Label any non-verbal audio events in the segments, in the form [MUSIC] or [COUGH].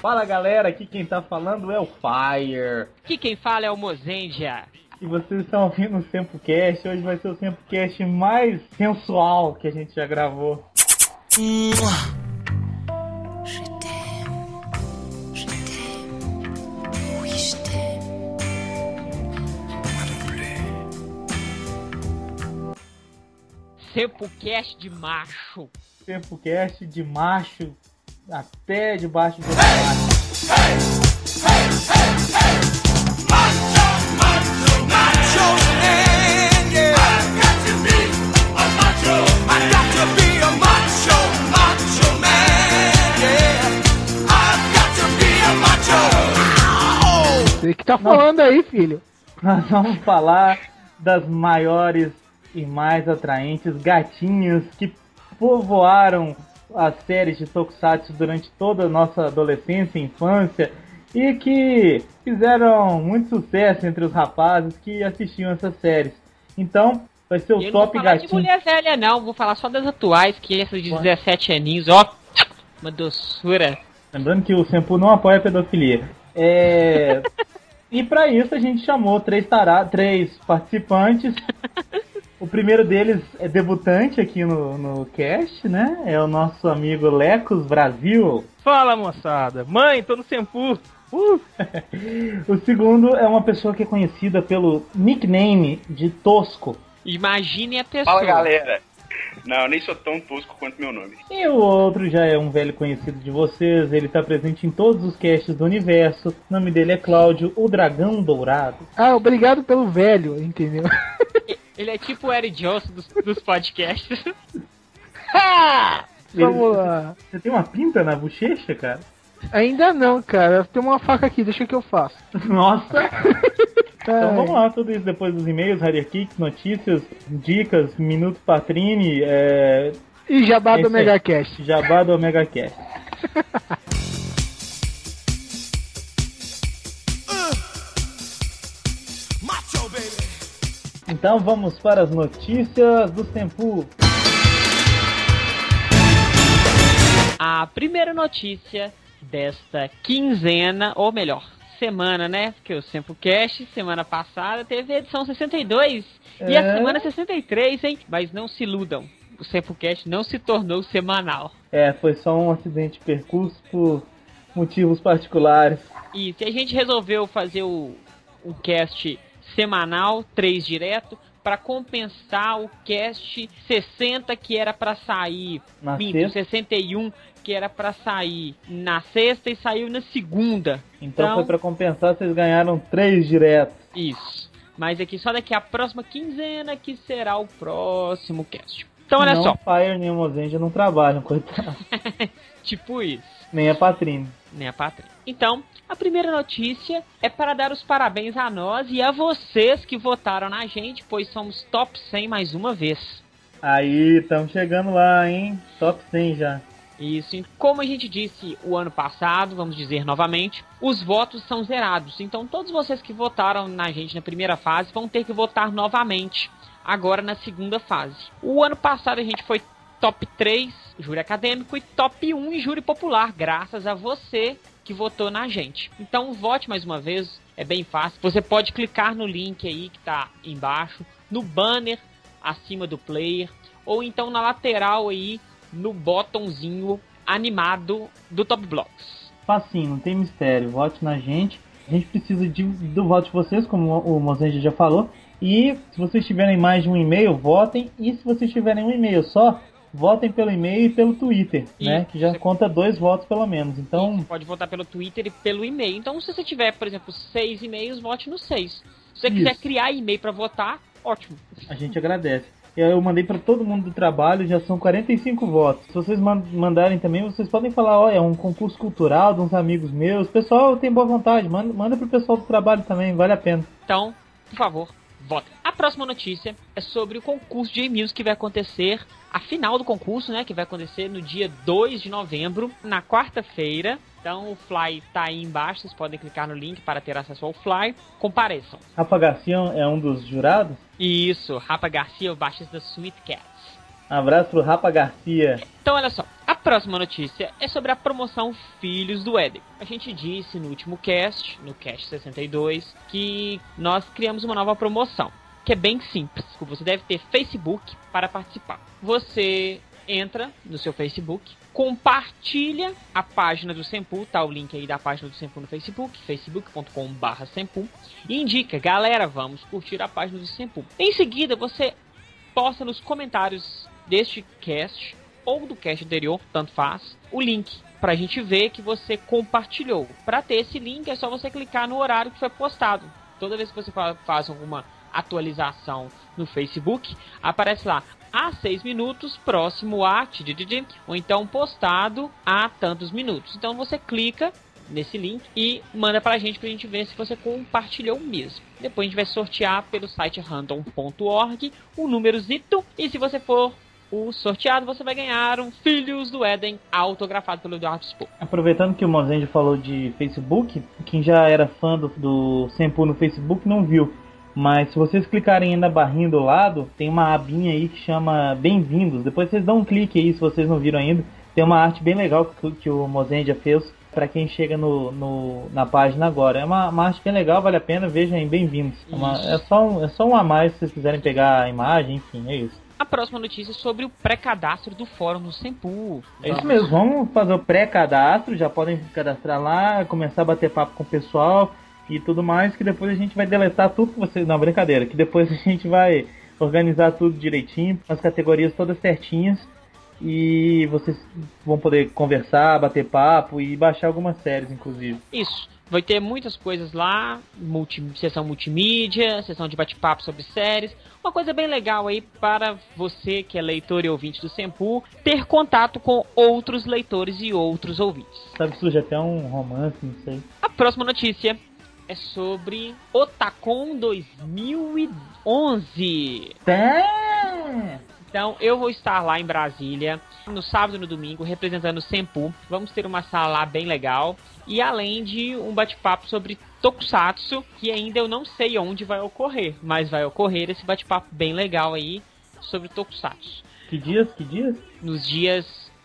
Fala galera, aqui quem tá falando é o Fire. Aqui quem fala é o Mozendia. E vocês estão ouvindo o Sempocast, hoje vai ser o Sempocast mais sensual que a gente já gravou. Je t'aime, je t'aime, oui je t'aime. Sepulcast de macho. Sempocast de macho até debaixo do macho. Você que tá falando aí, filho. Nós vamos falar das maiores e mais atraentes gatinhas que povoaram as séries de Tokusatsu durante toda a nossa adolescência e infância e que fizeram muito sucesso entre os rapazes que assistiam essas séries. Então, vai ser o E eu não top vou falar de gatinho. mulher velha, não. Vou falar só das atuais, que essas de Pode. 17 aninhos, ó. Uma doçura. Lembrando que o Senpu não apoia a pedofilia. É... e para isso a gente chamou três, tará... três participantes. O primeiro deles é debutante aqui no, no cast, né? É o nosso amigo Lecos Brasil. Fala, moçada. Mãe, tô no Sempu. Uh, [LAUGHS] O segundo é uma pessoa que é conhecida pelo nickname de Tosco. Imagine a pessoa. Fala galera! Não, eu nem sou tão tosco quanto meu nome. E o outro já é um velho conhecido de vocês, ele tá presente em todos os casts do universo. O nome dele é Cláudio, o Dragão Dourado. Ah, obrigado pelo velho, entendeu? Ele é tipo o Eric Johnson dos, dos podcasts. [LAUGHS] Ele- Vamos lá. Você tem uma pinta na bochecha, cara? [LAUGHS] Ainda não, cara. Tem uma faca aqui, deixa que eu faço. [LAUGHS] Nossa! Então Ai. vamos lá, tudo isso depois dos e-mails, Radio Kicks, notícias, dicas, Minuto Patrine, é, E jabá Esse do aí. Megacast. jabá do Omega Cast. Então vamos para as notícias do Tempo. A primeira notícia desta quinzena, ou melhor, semana, né? Porque o Sempocast, semana passada, teve a edição 62 e É. a semana 63, hein? Mas não se iludam, o Sempocast não se tornou semanal. É, foi só um acidente de percurso por motivos particulares. E se a gente resolveu fazer o, o cast semanal, três direto, para compensar o cast 60 que era para sair, Na minto, sexta, 61 que era para sair na sexta e saiu na segunda. então Então- foi pra compensar, vocês ganharam três diretos. Isso. Mas aqui só daqui a próxima quinzena que será o próximo cast. Então olha não, só, Fire nem o Mozenja não trabalham, [LAUGHS] coitado. tipo isso, Nem a Patrine. né, Patrícia? Então, a primeira notícia é para dar os parabéns a nós e a vocês que votaram na gente, pois somos top 100 mais uma vez. Aí, estamos chegando lá, hein? Top 100 já. Isso. Como a gente disse o ano passado, vamos dizer novamente, os votos são zerados. Então todos vocês que votaram na gente na primeira fase vão ter que votar novamente agora na segunda fase. O ano passado a gente foi top 3 júri acadêmico e top 1 em júri popular, graças a você que votou na gente. Então vote mais uma vez, é bem fácil. Você pode clicar no link aí que tá embaixo, no banner acima do player ou então na lateral aí no botãozinho animado do Top Blocks. Facinho, não tem mistério. Vote na gente. A gente precisa de- do voto de vocês, como o Mozenja já falou. E se vocês tiverem mais de um e-mail, votem. E se vocês tiverem um e-mail só, votem pelo e-mail e pelo Twitter, Isso. né? Que já conta dois votos pelo menos. E Então, você pode votar pelo Twitter e pelo e-mail. Então, se você tiver, por exemplo, seis e-mails, vote no seis. Se você Isso. quiser criar e-mail para votar, ótimo. a gente agradece. E aí Eu mandei pra todo mundo do trabalho, já são 45 votos. Se vocês man- mandarem também, vocês podem falar, olha, é um concurso cultural de uns amigos meus. Pessoal, tem boa vontade, manda, manda pro pessoal do trabalho também, vale a pena. Então, por favor, vote. A próxima notícia é sobre o concurso de e-mails que vai acontecer, a final do concurso, né, que vai acontecer no dia 2 de novembro, na quarta-feira. Então, o Fly tá aí embaixo, vocês podem clicar no link para ter acesso ao Fly. Compareçam. Rafa Garcia é um dos jurados? Isso, Rafa Garcia, o baixista da Sweet Cats. Abraço pro Rafa Garcia. Então, olha só. A próxima notícia é sobre a promoção Filhos do Éden. A gente disse no último cast, no cast 62, que nós criamos uma nova promoção, que é bem simples. Você deve ter Facebook para participar. Você entra no seu Facebook, compartilha a página do Sempul, tá o link aí da página do Sempul no Facebook, facebook.com.br Sempul, e indica, galera, vamos curtir a página do Sempul. Em seguida, você posta nos comentários deste cast ou do cast anterior, tanto faz, o link pra gente ver que você compartilhou. Pra ter esse link é só você clicar no horário que foi postado. Toda vez que você fa- faz alguma atualização no Facebook, aparece lá há 6 minutos, próximo a tidididi, ou então postado há tantos minutos. Então você clica nesse link e manda pra gente pra gente ver se você compartilhou mesmo. Depois a gente vai sortear pelo site random.org o número zito e se você for o sorteado, você vai ganhar um Filhos do Éden autografado pelo Eduardo Spoh. Aproveitando que o Monzende falou de Facebook, quem já era fã do, do Senpu no Facebook não viu. Mas se vocês clicarem aí na barrinha do lado, tem uma abinha aí que chama Bem-vindos. Depois vocês dão um clique aí se vocês não viram ainda. Tem uma arte bem legal que, que o Mozendia fez para quem chega no, no- na página agora. É uma, uma arte bem legal, vale a pena, vejam aí, bem-vindos. É, uma- Isso. é só um, é só um a mais se vocês quiserem pegar a imagem, enfim, é isso. A próxima notícia é sobre o pré-cadastro do fórum no Sempu. É isso mesmo, vamos fazer o pré-cadastro, já podem se cadastrar lá, começar a bater papo com o pessoal e tudo mais, que depois a gente vai deletar tudo que vocês. Não, brincadeira, que depois a gente vai organizar tudo direitinho, as categorias todas certinhas. E vocês vão poder conversar, bater papo e baixar algumas séries, inclusive. Isso. Vai ter muitas coisas lá, multi, sessão multimídia, sessão de bate-papo sobre séries. Uma coisa bem legal aí para você que é leitor e ouvinte do Sempu, ter contato com outros leitores e outros ouvintes. Sabe, surge até um romance, não sei. A próxima notícia é sobre Otacon 2011. Tá. Então, eu vou estar lá em Brasília, no sábado e no domingo, representando o Sempu. Vamos ter uma sala lá bem legal. E além de um bate-papo sobre Tokusatsu, que ainda eu não sei onde vai ocorrer, mas vai ocorrer esse bate-papo bem legal aí sobre Tokusatsu. Que dias, que dias? Nos dias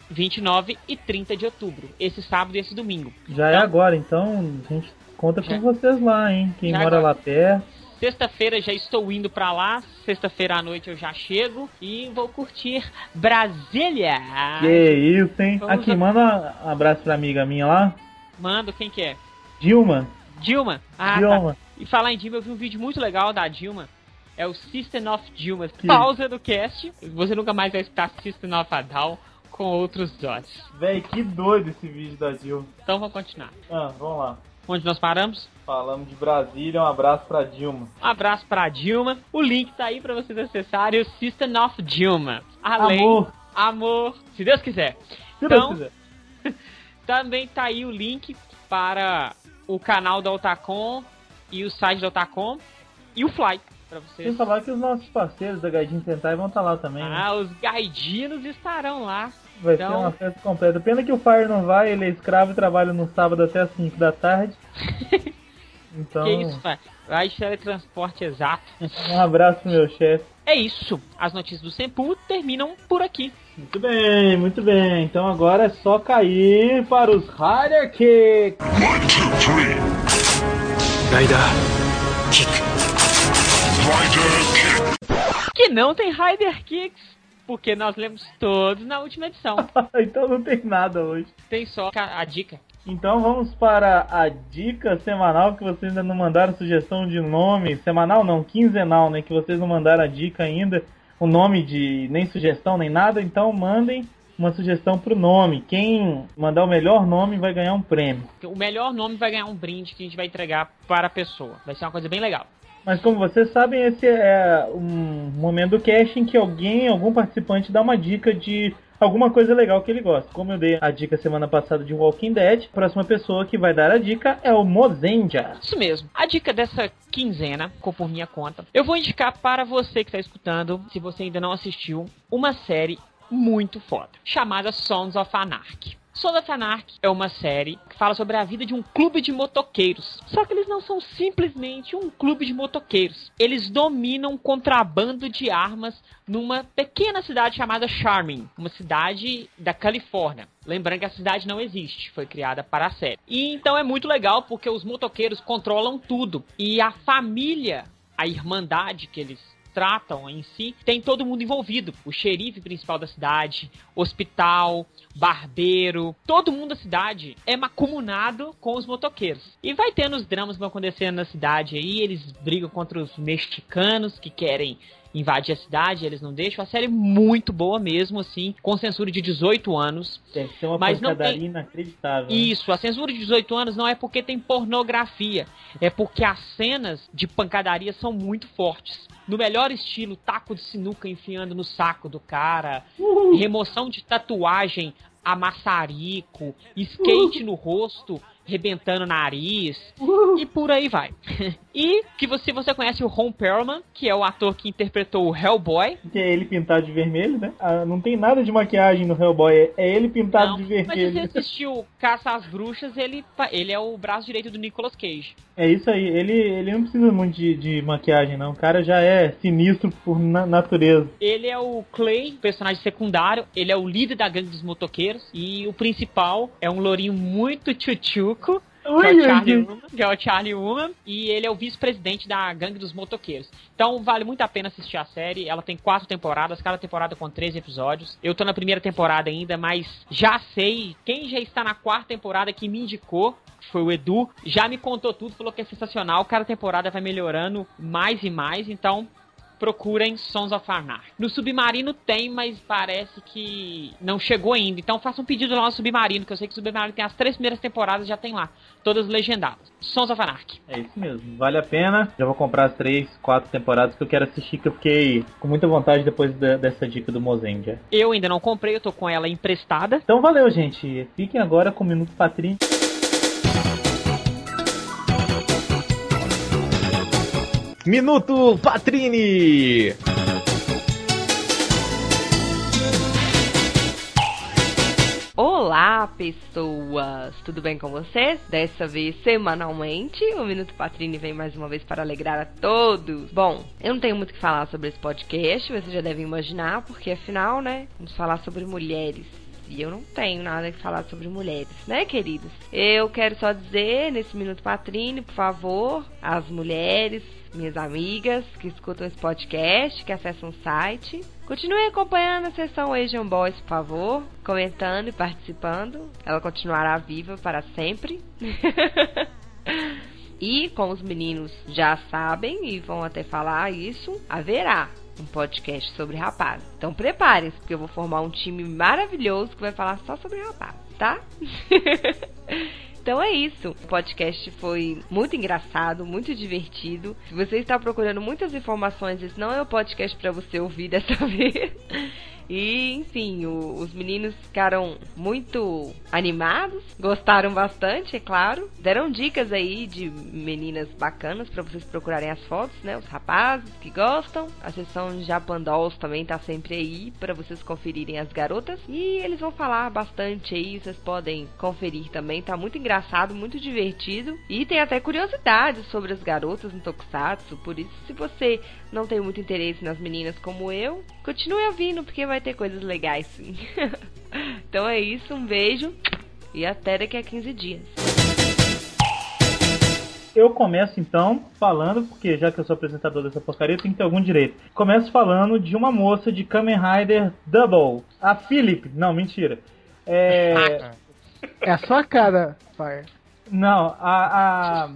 29 e 30 de outubro, esse sábado e esse domingo. Já é agora, então a gente conta Já- com vocês lá, hein? Quem Já mora agora. lá perto. Sexta-feira já estou indo pra lá, sexta-feira à noite eu já chego e vou curtir Brasília. Que isso, hein? Vamos Aqui, a- manda um abraço pra amiga minha lá. Mando quem que é? Dilma. Dilma? Ah, tá. Dilma. E falar em Dilma, eu vi um vídeo muito legal da Dilma. É o System of Dilma. Que- Pausa do cast. Você nunca mais vai escutar System of a Down com outros olhos. Véi, que doido esse vídeo da Dilma. Então vamos continuar. Ah, vamos lá. Onde nós paramos? Falamos de Brasília, um abraço pra Dilma. Um abraço pra Dilma. O link tá aí pra vocês acessarem o System of Dilma. Além, Amor. amor, se Deus quiser. Se Então- Deus quiser. Também tá aí o link para o canal da Otacon e o site da Otacon e o Fly. Pra Sem vocês. falar que os nossos parceiros da Gaidin Sentai vão estar lá também. né? Ah, os gaidinos estarão lá. Vai ser então- uma festa completa. Pena que o Fire não vai, ele é escravo e trabalha no sábado até as 5 da [LAUGHS] tarde. Então, Que é isso, pai? Vai de teletransporte exato. um abraço pro meu chefe. É isso. As notícias do Sempu terminam por aqui. Muito bem, muito bem. Então agora é só cair para os Rider Kicks. Que não tem Rider Kicks, porque nós lemos todos na última edição. [LAUGHS] então não tem nada hoje. Tem só ca- a dica. Então vamos para a dica semanal que vocês ainda não mandaram sugestão de nome. Semanal não, quinzenal, né? Que vocês não mandaram a dica ainda, o nome de nem sugestão nem nada. Então mandem uma sugestão pro nome. Quem mandar o melhor nome vai ganhar um prêmio. O melhor nome vai ganhar um brinde que a gente vai entregar para a pessoa. Vai ser uma coisa bem legal. Mas como vocês sabem, esse é um momento do cast em que alguém, algum participante dá uma dica de alguma coisa legal que ele gosta. Como eu dei a dica semana passada de Walking Dead, a próxima pessoa que vai dar a dica é o Mozenja. Isso mesmo. A dica dessa quinzena ficou por minha conta. Eu vou indicar para você que está escutando, se você ainda não assistiu, uma série muito foda, chamada Sons of Anarchy. Soda Sanark é uma série que fala sobre a vida de um clube de motoqueiros. Só que eles não são simplesmente um clube de motoqueiros. Eles dominam o contrabando de armas numa pequena cidade chamada Charming, uma cidade da Califórnia. Lembrando que a cidade não existe, foi criada para a série. E então é muito legal porque os motoqueiros controlam tudo. E a família, a irmandade que eles tratam em si, tem todo mundo envolvido. O xerife principal da cidade, hospital, barbeiro, todo mundo da cidade é macumunado com os motoqueiros. E vai tendo os dramas que vão acontecendo na cidade aí, eles brigam contra os mexicanos que querem invadir a cidade, eles não deixam. A série é muito boa mesmo, assim, com censura de 18 anos. Deve ser uma Mas não pancadaria tem- inacreditável. né? Isso, a censura de 18 anos não é porque tem pornografia, é porque as cenas de pancadaria são muito fortes. No melhor estilo, taco de sinuca enfiando no saco do cara, remoção de tatuagem a maçarico, skate no rosto, rebentando nariz, e por aí vai. [LAUGHS] e que você, você conhece o Ron Perlman, que é o ator que interpretou o Hellboy, Porque é ele pintado de vermelho, né? Ah, não tem nada de maquiagem no Hellboy, é- é ele pintado Não, de mas se você vermelho. assistiu Caça às Bruxas, ele, fa- ele é o braço direito do Nicolas Cage. É isso aí, ele, ele não precisa muito de, de maquiagem, não. O cara já é sinistro por na- natureza. Ele é o Clay, personagem secundário. Ele é o líder da gangue dos motoqueiros. E o principal é um lourinho muito tchutchuco, que é o Charlie Woman. Que é o Charlie Woman. E ele é o vice-presidente da gangue dos motoqueiros. Então vale muito a pena assistir a série. Ela tem quatro temporadas, cada temporada com três episódios. Eu tô na primeira temporada ainda, mas já sei. Quem já está na quarta temporada que me indicou, que foi o Edu, já me contou tudo, falou que é sensacional. Cada temporada vai melhorando mais e mais. Então procurem Sons of Anarchy. No Submarino tem, mas parece que não chegou ainda. Então faça um pedido lá no Submarino, que eu sei que o Submarino tem as três primeiras temporadas, já tem lá. Todas legendadas. Sons of Anarchy. É isso mesmo, vale a pena. Já vou comprar as três, quatro temporadas que eu quero assistir, que eu fiquei com muita vontade depois da- dessa dica do Mozendia. Eu ainda não comprei, eu tô com ela emprestada. Então valeu, gente. Fiquem agora com o Minuto Patrícia. Minuto Patrini! Olá, pessoas! Tudo bem com vocês? Dessa vez, semanalmente, o Minuto Patrini vem mais uma vez para alegrar a todos. Bom, eu não tenho muito o que falar sobre esse podcast, vocês já devem imaginar, porque afinal, né, vamos falar sobre mulheres. E eu não tenho nada que falar sobre mulheres, né, queridos? Eu quero só dizer, nesse Minuto Patrini, por favor, às mulheres, minhas amigas que escutam esse podcast, que acessam o site, Continue acompanhando a sessão Asian Boys, por favor, comentando e participando. Ela continuará viva para sempre. [LAUGHS] e, como os meninos já sabem e vão até falar isso, haverá um podcast sobre rapaz. Então preparem-se, porque eu vou formar um time maravilhoso que vai falar só sobre rapaz, tá? [LAUGHS] Então é isso. O podcast foi muito engraçado, muito divertido. Se você está procurando muitas informações, esse não é o podcast para você ouvir dessa [LAUGHS] vez. E, enfim, o- os meninos ficaram muito animados, gostaram bastante, é claro. Deram dicas aí de meninas bacanas para vocês procurarem as fotos, né? Os rapazes que gostam. A sessão Japan Dolls também tá sempre aí para vocês conferirem as garotas. E eles vão falar bastante aí, vocês podem conferir também. Tá muito engraçado, muito divertido. E tem até curiosidades sobre as garotas no Tokusatsu. Por isso, se você não tem muito interesse nas meninas como eu, continue ouvindo porque vai ter coisas legais sim. [LAUGHS] então é isso, um beijo e até daqui a 15 dias. Eu começo então falando, porque já que eu sou apresentador dessa porcaria, eu tenho que ter algum direito. Começo falando de uma moça de Kamen Rider Double, a Philip. Não, mentira. É. É a sua cara, pai. Não, [LAUGHS] a. a-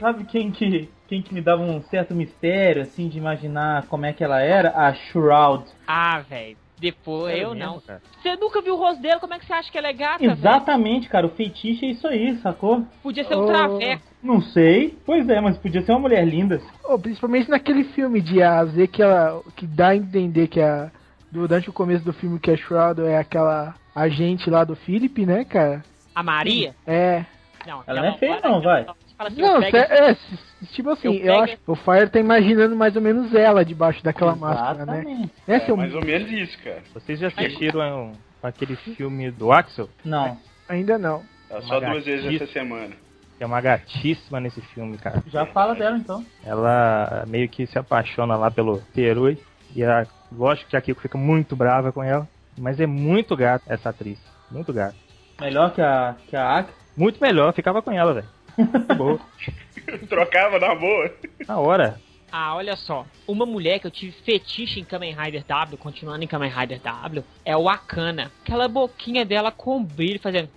sabe quem que, quem que me dava um certo mistério, assim, de imaginar como é que ela era? A Shroud. Ah, velho. Depois eu, não. Cara. Você nunca viu o rosto dele, como é que você acha que ela é tá gata, velho? Exatamente, cara, o feitiço é isso aí, sacou? Podia ser um Oh. traveco. Não sei. Pois é, mas podia ser uma mulher linda. Oh, principalmente naquele filme de A Z que ela que dá a entender que a durante o começo do filme que a Shroud é aquela agente lá do Philip, né, cara? A Maria? É. Não, Ela não é feia não, vai. Fala assim, Não, eu pego cê- é, s- s- tipo assim, eu eu, pego acho que o Fire tá imaginando mais ou menos ela debaixo daquela máscara, né? Exatamente. Né, É seu mais ou menos isso, cara. Vocês já assistiram aquele filme do Axel, Não, Ainda não. Ela Tá só Uma duas vezes gatita. essa semana. que é uma gatíssima nesse filme, cara. já fala dela então. Ela meio que se apaixona lá pelo Terui. E a, lógico que a Kiko fica muito brava com ela. Mas é muito gato essa atriz. Muito gato. Melhor que a, que a [LAUGHS] Aki. Muito melhor, ficava com ela, velho. Muito Boa. [LAUGHS] Trocava na boa. Na hora. Ah, olha só. Uma mulher que eu tive fetiche em Kamen Rider W, continuando em Kamen Rider W, é o Akana. Aquela boquinha dela com brilho, fazendo...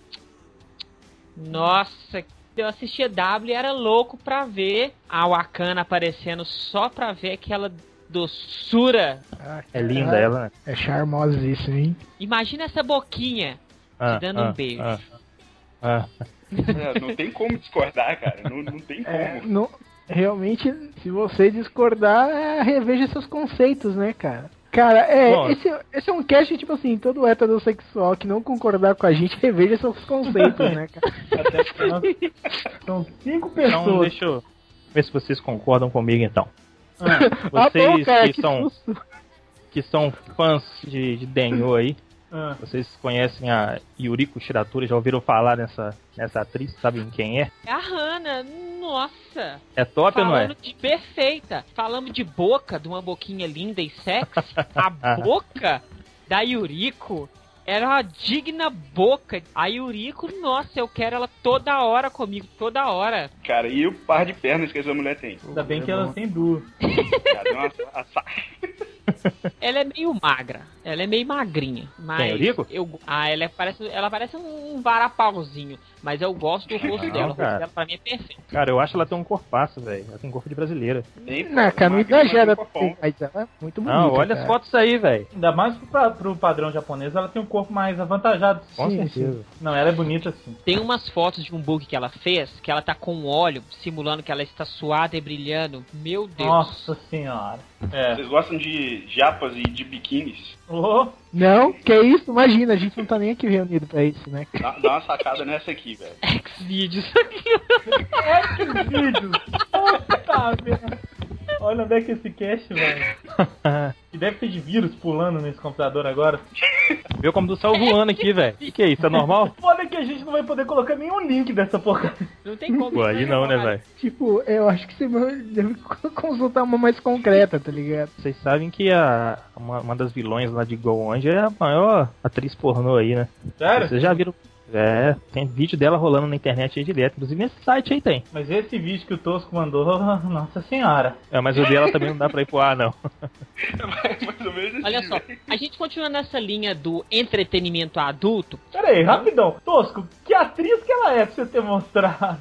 Nossa, eu assistia W e era louco pra ver a Wakana aparecendo só pra ver aquela doçura. É linda ela, né? É charmosíssimo, hein? Imagina essa boquinha. Ah, dando um beijo. ah, ah. É, não tem como discordar, cara. Não, não tem É, como. não- realmente, se você discordar, é, reveja seus conceitos, né, cara? Cara, é, Bom. esse, esse é um cast, tipo assim, todo heterossexual que não concordar com a gente, [LAUGHS] reveja seus conceitos, né, cara? Até porque nós- São cinco pessoas. Então deixa eu ver se vocês concordam comigo então. Ah, [LAUGHS] Ah, Vocês bom, cara, que, são, susto. que são fãs de, de Denho aí, ah. vocês conhecem a Yuriko Shiratori, já ouviram falar nessa, nessa atriz, sabem quem é? É a Hannah. Nossa. É top ou não Falando é? de perfeita. Falando de boca, de uma boquinha linda e [LAUGHS] sexy. A boca da Yuriko era uma digna boca. A Yuriko, nossa, eu quero ela toda hora comigo, toda hora. Cara, e o par de pernas que essa mulher tem? [LAUGHS] Ainda bem que elas têm duas. Cara, nossa, a sa- Ela é meio magra. Ela é meio magrinha. Mas Tem Yuriko? Eu, ah, ela é- parece, ela parece um varapauzinho. Mas eu gosto do rosto Não, dela. O rosto cara. dela pra mim é perfeito. Cara, eu acho ela tem um corpaço, velho. Ela tem um corpo de brasileira. tem, Não, cara, não uma grama, exagera. tem um copão. Mas ela é muito bonita. Não, olha cara. as fotos aí, velho. Ainda mais pro, pra- pro padrão japonês, ela tem um corpo mais avantajado. Com Sim, certeza. Não, ela é bonita assim. Tem umas fotos de um book que ela fez, que ela tá com óleo, simulando que ela está suada e brilhando. Meu Deus. Nossa senhora. É. Vocês gostam de japas e de biquínis? Ô, Não, que isso? Imagina, a gente não tá nem aqui reunido pra isso, né? [LAUGHS] Dá, dá uma sacada nessa aqui, velho. [LAUGHS] Xvideos. que vídeo! Puta merda. Olha onde é que esse cast, velho. E deve ter de vírus pulando nesse computador agora. Meu computador saiu voando aqui, velho. Que que é isso? É normal? Foda é que a gente não vai poder colocar nenhum link dessa porra. Não tem como. [LAUGHS] Pô, aí não, né, velho? Tipo, eu acho que você deve [LAUGHS] consultar uma mais concreta, tá ligado? Vocês sabem que a, uma, uma das vilões lá de Go Onde é a maior atriz pornô aí, né? Sério? Vocês já viram? É, tem vídeo dela rolando na internet aí direto. Inclusive nesse site aí tem. Mas esse vídeo que o Tosco mandou, nossa senhora. É, mas o dela também não dá pra ir pro [LAUGHS] ar, não. Mais ou menos assim. Olha só, a gente continua nessa linha do entretenimento adulto. Pera aí, rapidão. Tosco, que atriz que ela é pra você ter mostrado?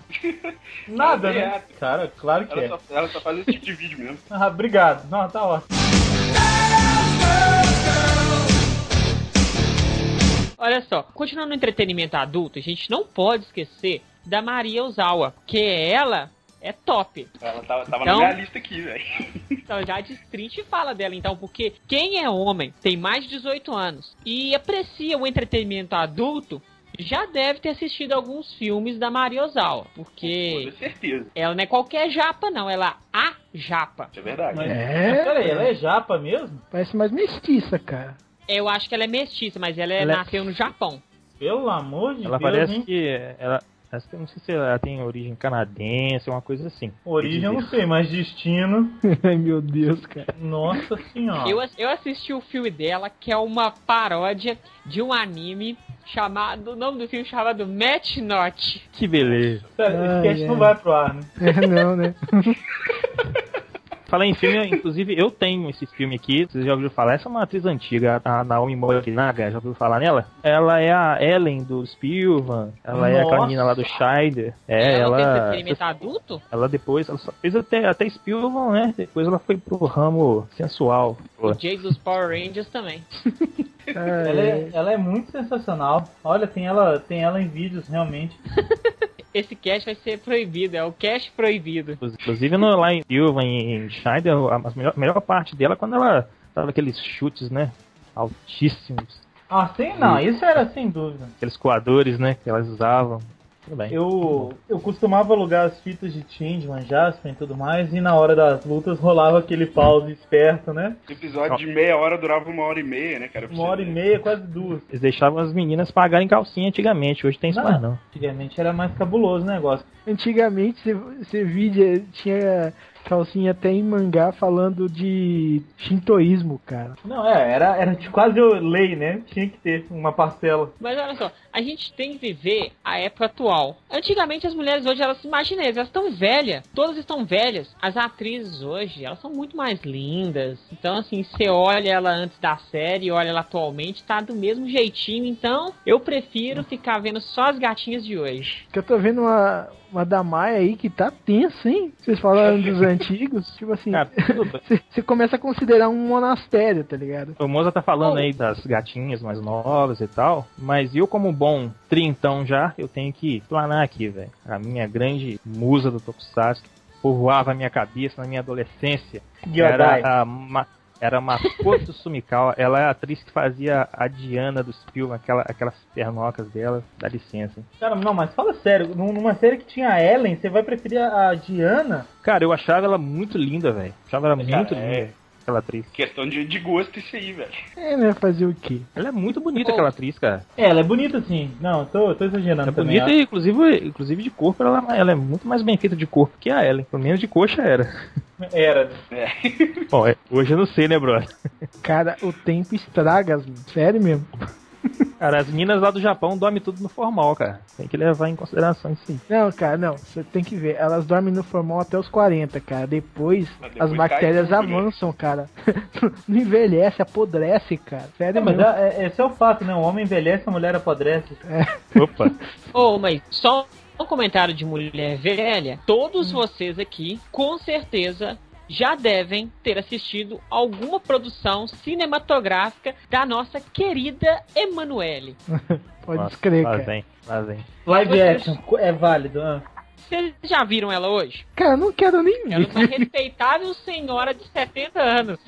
Nada, Ela é né? atriz. Cara, claro que é. Ela só, ela só faz esse tipo de vídeo mesmo. Ah, obrigado. Não, tá ótimo. Olha só, continuando no entretenimento adulto, a gente não pode esquecer da Maria Ozawa, que ela é top. Ela tava, tava Então- na minha lista aqui, velho. Então já destrinche e fala dela então, porque quem é homem, tem mais de 18 anos e aprecia o entretenimento adulto, já deve ter assistido alguns filmes da Maria Ozawa, Com porque certeza. ela não é qualquer japa não, ela é a japa. Isso é verdade. Mas, É. mas pera aí, ela é japa mesmo? Parece mais mestiça, cara. Eu acho que ela é mestiça, mas ela, é- Ela é- nasceu no Japão. Pelo amor de Ela Deus, parece hein? que. Ela, parece que eu não sei se ela tem origem canadense, uma coisa assim. Origem eu não sei, mas destino. [LAUGHS] Ai, meu Deus, cara. Nossa Ah. senhora. Eu, ass- eu assisti o filme dela, que é uma paródia de um anime chamado. O nome do filme é chamado Match Not. Que beleza. Sério, esse Ah, cast é. não vai pro ar, né? É, não, né? Falar em filme, inclusive eu tenho esse filme aqui, vocês já ouviram falar? Essa é uma atriz antiga, a Naomi Morinaga, já ouviu falar nela? Ela é a Ellen do Spielman, ela é aquela Nossa. menina lá do Scheider. É, não tem ela. entretenimento tá [LAUGHS] adulto? Ela depois, ela só fez até, até Spielman, né? Depois ela foi pro ramo sensual. O Jay dos Power Rangers também. Ela Ai, é, ela é muito sensacional. Olha, tem ela, tem ela em vídeos realmente. Esse cast vai ser proibido, é o cast proibido. Inclusive no, lá em Silva, em Schneider, a a melhor, melhor parte dela é quando ela dava aqueles chutes, né? Altíssimos. Ah, sim, não, isso era sem dúvida. Aqueles coadores, né? Que elas usavam. Tudo bem. Eu, eu costumava alugar as fitas de Changeman, Jasper e tudo mais, e na hora das lutas rolava aquele pause esperto, né? Esse episódio de meia hora durava uma hora e meia, né, cara? Pra Uma você hora e ver. meia, quase duas. Eles deixavam as meninas pagarem calcinha antigamente, hoje tem isso Não. mais não. Antigamente era mais cabuloso o negócio. Antigamente você- você via, tinha calcinha até em mangá falando de shintoísmo, cara. Não, é, era, era de quase lei, né? Tinha que ter uma parcela. Mas olha só, a gente tem que viver a época atual. Antigamente as mulheres hoje elas se imaginam, elas estão velhas, todas estão velhas. As atrizes hoje elas são muito mais lindas. Então assim, você olha ela antes da série, olha ela atualmente, tá do mesmo jeitinho. Então eu prefiro ficar vendo só as gatinhas de hoje. Que eu tô vendo uma, uma da Maia aí que tá tensa, hein? Vocês [LAUGHS] falaram dos antigos, tipo assim, Cara, tudo bem. você você começa a considerar um monastério, tá ligado? O Moza tá falando Oh. aí das gatinhas mais novas e tal, mas eu como bom trintão já, eu tenho que planar aqui, velho. A minha grande musa do Tokusatsu, que povoava a minha cabeça na minha adolescência, Giodai. era a Ma- era a Makoto Sumikawa, ela é a atriz que fazia a Diana do Spielman, aquela, aquelas pernocas dela, dá licença. hein. Cara, não, mas fala sério, num- numa série que tinha a Ellen, você vai preferir a a Diana? Cara, eu achava ela muito linda, velho. Achava ela muito é. linda, aquela atriz. Questão de, de gosto isso aí, velho. É, né? Fazer o quê? Ela é muito bonita, Oh. aquela atriz, cara. É, Ela é bonita sim. Não, eu tô, eu tô exagerando É também. bonita e, inclusive, inclusive de corpo, ela, ela é muito mais bem feita de corpo que a Ellen. Pelo menos de coxa era. Era. [LAUGHS] Bom, é- hoje eu não sei, né, brother? Cara, o tempo estraga, as- sério mesmo. Cara, as minas lá do Japão dormem tudo no formal, cara. Tem que levar em consideração isso aí. Não, cara, não. Você tem que ver. Elas dormem no formal até os 40, cara. Depois, Ah, depois as cai bactérias tudo, né? avançam, cara. [LAUGHS] Não envelhece, apodrece, cara. Sério É, mas mesmo. é, é- esse é o fato, né? O homem envelhece, a mulher apodrece. [LAUGHS] Opa, Oh, mas só um comentário de mulher velha. Todos Hum. vocês aqui, com certeza. Já devem ter assistido alguma produção cinematográfica da nossa querida Emanuele. Pode Nossa, escrever, lá cara. vem, lá vem. Live Vocês- action, co- é válido. ah. Vocês já viram ela hoje? Cara, eu não quero nem ver. Ela é uma respeitável senhora de 70 anos.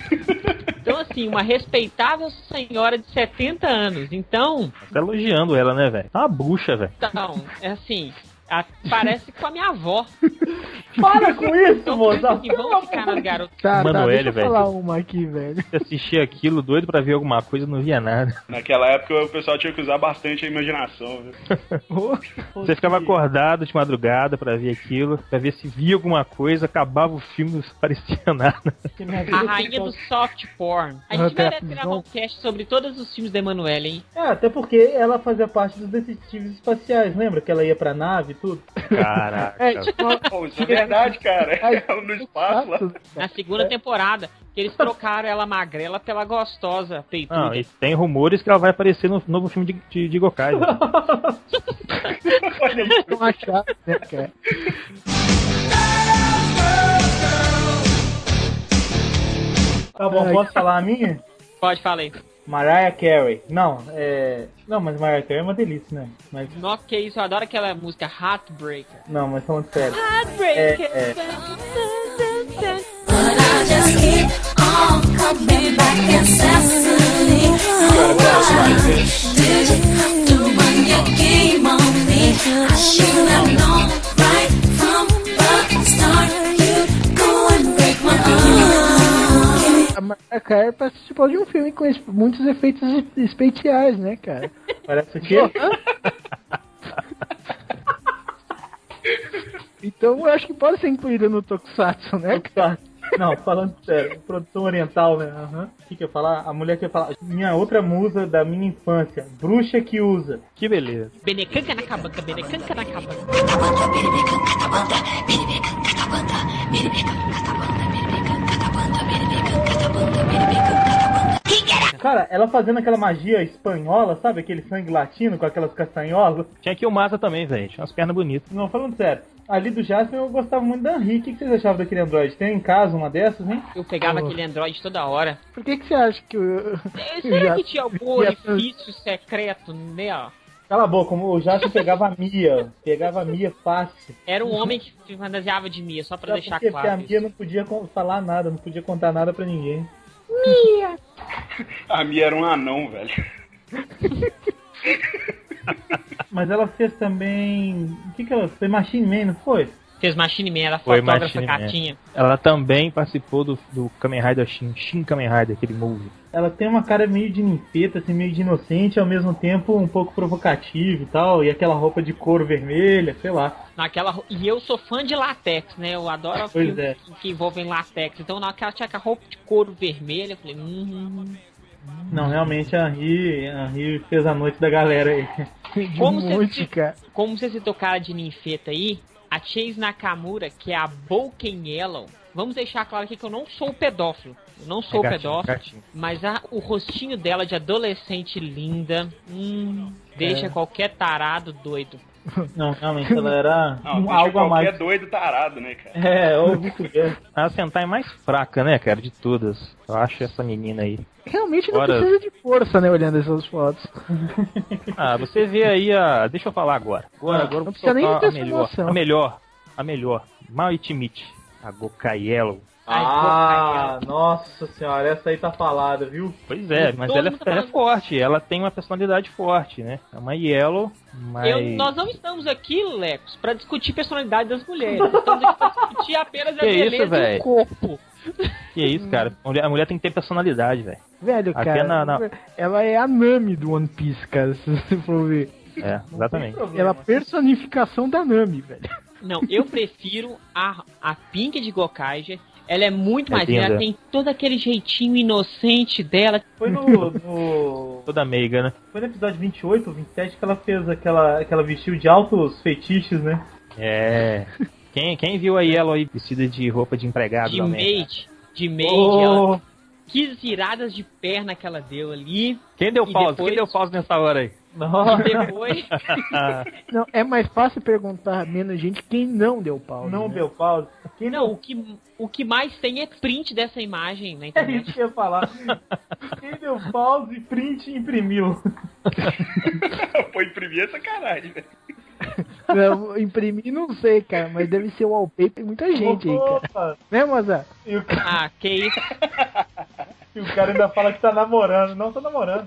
Então, assim, uma respeitável senhora de 70 anos. Então, Tá elogiando ela, né, velho? Tá uma bucha, velho. então é assim, a- parece com a minha avó. Para com isso, Então, moça! que vamos ficar nas garotas. Tá, tá, Manoel, deixa eu velho. falar uma aqui, [LAUGHS] velho. Eu assisti aquilo, doido pra ver alguma coisa, não via nada. Naquela época o pessoal tinha que usar bastante a imaginação, viu? Você ficava acordado de madrugada pra ver aquilo, pra ver se via alguma coisa, acabava o filme, não parecia [LAUGHS] nada. A rainha do soft porn. A gente Até a merece gravar visão. um cast sobre todos os filmes da Emanuele, hein? É, até porque ela fazia parte dos detetives espaciais, lembra? Que ela ia pra nave e tudo. Caraca. É, tipo, Pô, [LAUGHS] isso é verdade, cara. Ela [LAUGHS] no espaço lá. Na segunda temporada, que eles trocaram ela magrela pela gostosa Não, peituda. e tem rumores que ela vai aparecer no novo filme de, de, de Gokai. né? Olha aí. não achar, né, cara? Tá bom, Ai. posso falar a minha? Pode falar aí. Mariah Carey. Não, é. Não, mas Mariah Carey é uma delícia, né? Mas. Nossa, que isso, eu adoro aquela música Heartbreaker. Não, mas falando sério. Heartbreaker. É, I just keep on coming back incessantly. Why did you have to run your game on me? I should have known right from the start you'd go and break my heart. A Mariah Carey participou de um filme com es- muitos efeitos es- especiais, né, cara? Parece o [LAUGHS] quê? Então eu acho que pode ser incluída no Tokusatsu, né, cara? Tá. Não, falando sério, produção oriental, né? Aham. O que, que eu ia falar? A mulher que eu ia falar. Minha outra musa da minha infância, bruxa que usa. que beleza. Benecanca na cabanca, benecanca na cabanca. Cara, ela fazendo aquela magia espanhola, sabe? Aquele sangue latino com aquelas castanholas. Tinha aqui o Masa também, velho. Tinha umas pernas bonitas. Não, falando sério. Ali do Jasper eu gostava muito da Henri. O que que vocês achavam daquele Android? Tem em casa uma dessas, hein? Eu pegava aquele Android toda hora. Por que, que você acha que o. Eh, que o Será Jato- que tinha algum já- orifício secreto né, nela? Cala a boca, o Jasper pegava a Mia. Pegava a Mia fácil. Era um homem que se fantasiava de Mia, só pra Sabe deixar por quê? Porque a claro. Mia não podia con- falar nada, não podia contar nada pra ninguém. A Mia era um anão, velho. Mas ela fez também. O que, que ela fez? Machine Man, não foi? Fez Machine Man, ela Foi fotógrafa Machine Man. gatinha. Ela também participou do, do Kamen Rider Shin, Shin Kamen Rider, aquele movie. Ela tem uma cara meio de ninfeta, assim, meio de inocente, ao mesmo tempo um pouco provocativa e tal, e aquela roupa de couro vermelha, sei lá. Naquela... ro- E eu sou fã de latex, né? Eu adoro Pois filmes é. que envolvem latex. Então, na hora que ela tinha aquela roupa de couro vermelha, eu falei, hum. Não, realmente a Henri, a Henri fez a noite da galera aí. Como de você- monte, cara. Como você citou cara de ninfeta aí, a Chase Nakamura, que é a Boken Yellow, vamos deixar claro aqui que eu não sou pedófilo. Eu não sou É gatinho, pedófilo, gatinho. mas a- o rostinho dela de adolescente linda, hum, deixa É. qualquer tarado doido. Não, realmente ela [LAUGHS] era Não, um- deixa algo a qualquer mais. doido tarado, né, cara? É, ou vice-versa. A Sentai é mais fraca, né, cara, de todas. Eu acho essa [LAUGHS] menina aí. Realmente não Ora. precisa de força, né? Olhando essas fotos. Ah, você vê aí a. Deixa eu falar agora. Agora, agora eu não vou precisa nem soltar ter a melhor. explanação. A melhor. A melhor. Maoitimichi. A Gokai Yellow. [LAUGHS] Ai, Ah, nossa senhora, essa aí tá falada, viu? Pois é, mas Todo ela, é- mundo tá ela é falando. forte, ela tem uma personalidade forte, né? É uma Yellow, mas. Eu- nós não estamos aqui, Lecos, pra discutir personalidade das mulheres. Estamos aqui pra discutir apenas a Que isso, beleza do véi? corpo. Que é isso, cara? A mulher, a mulher tem que ter personalidade, velho. Velho, Até cara. é na- na- Ela é a Nami do One Piece, cara. [LAUGHS] Se você for ver. É, exatamente. Ela é a personificação da Nami, velho. Não, eu prefiro a, a Pink de Gokaiger. Ela é muito É mais linda, ela linda. tem todo aquele jeitinho inocente dela. Foi no, no- Toda meiga, né? Foi no episódio 28 ou 27 que ela fez aquela, aquela vestiu de altos feitiços, né? É. Quem, quem viu a Yellow aí vestida de roupa de empregado de também? cara? maid, de maid, ela, Oh, que viradas de perna que ela deu ali. Quem deu E pausa? depois- Quem deu pausa nessa hora aí? É E nossa. depois, Não, é mais fácil perguntar a menos gente quem não deu pau. Não né? deu pausa. Quem não, o que, o que mais tem é print dessa imagem na É internet. [LAUGHS] isso que eu ia falar. Quem deu pausa e print e imprimiu. [LAUGHS] Pô, imprimir é sacanagem, velho. Não, imprimir não sei, cara, mas deve ser wallpaper de muita gente aí, cara. Opa! Né, Moza? E o, ca- Ah, que isso. e o cara ainda fala que tá namorando. Não, tô namorando.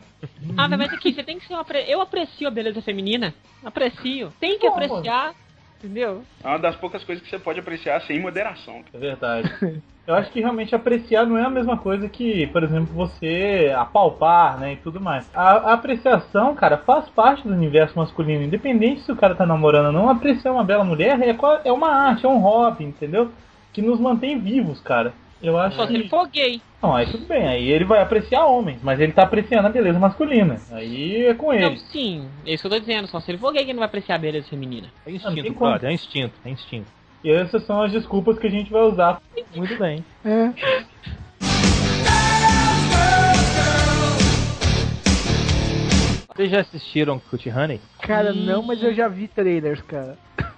Ah, velho, mas aqui, você tem que ser uma. Pre... Eu aprecio a beleza feminina. Aprecio. Tem que Como? apreciar. Entendeu? É uma das poucas coisas que você pode apreciar sem moderação. É verdade. Eu acho que realmente apreciar não é a mesma coisa que, por exemplo, você apalpar, né, e tudo mais. A, a apreciação, cara, faz parte do universo masculino. Independente se o cara tá namorando ou não, apreciar uma bela mulher é, qua- é uma arte, é um hobby, entendeu? Que nos mantém vivos, cara. Eu acho Só se ele que... for gay. Não, aí tudo bem, aí ele vai apreciar homens, mas ele tá apreciando a beleza masculina. Aí é com Não, ele. sim, é isso que eu tô dizendo. Só se ele for gay que ele não vai apreciar a beleza feminina. É Não, tem instinto, como. brother. É instinto, é instinto. E essas são as desculpas que a gente vai usar. Muito bem. É. Vocês já assistiram Cutie Honey? Cara, Ih. não, mas eu já vi trailers, cara.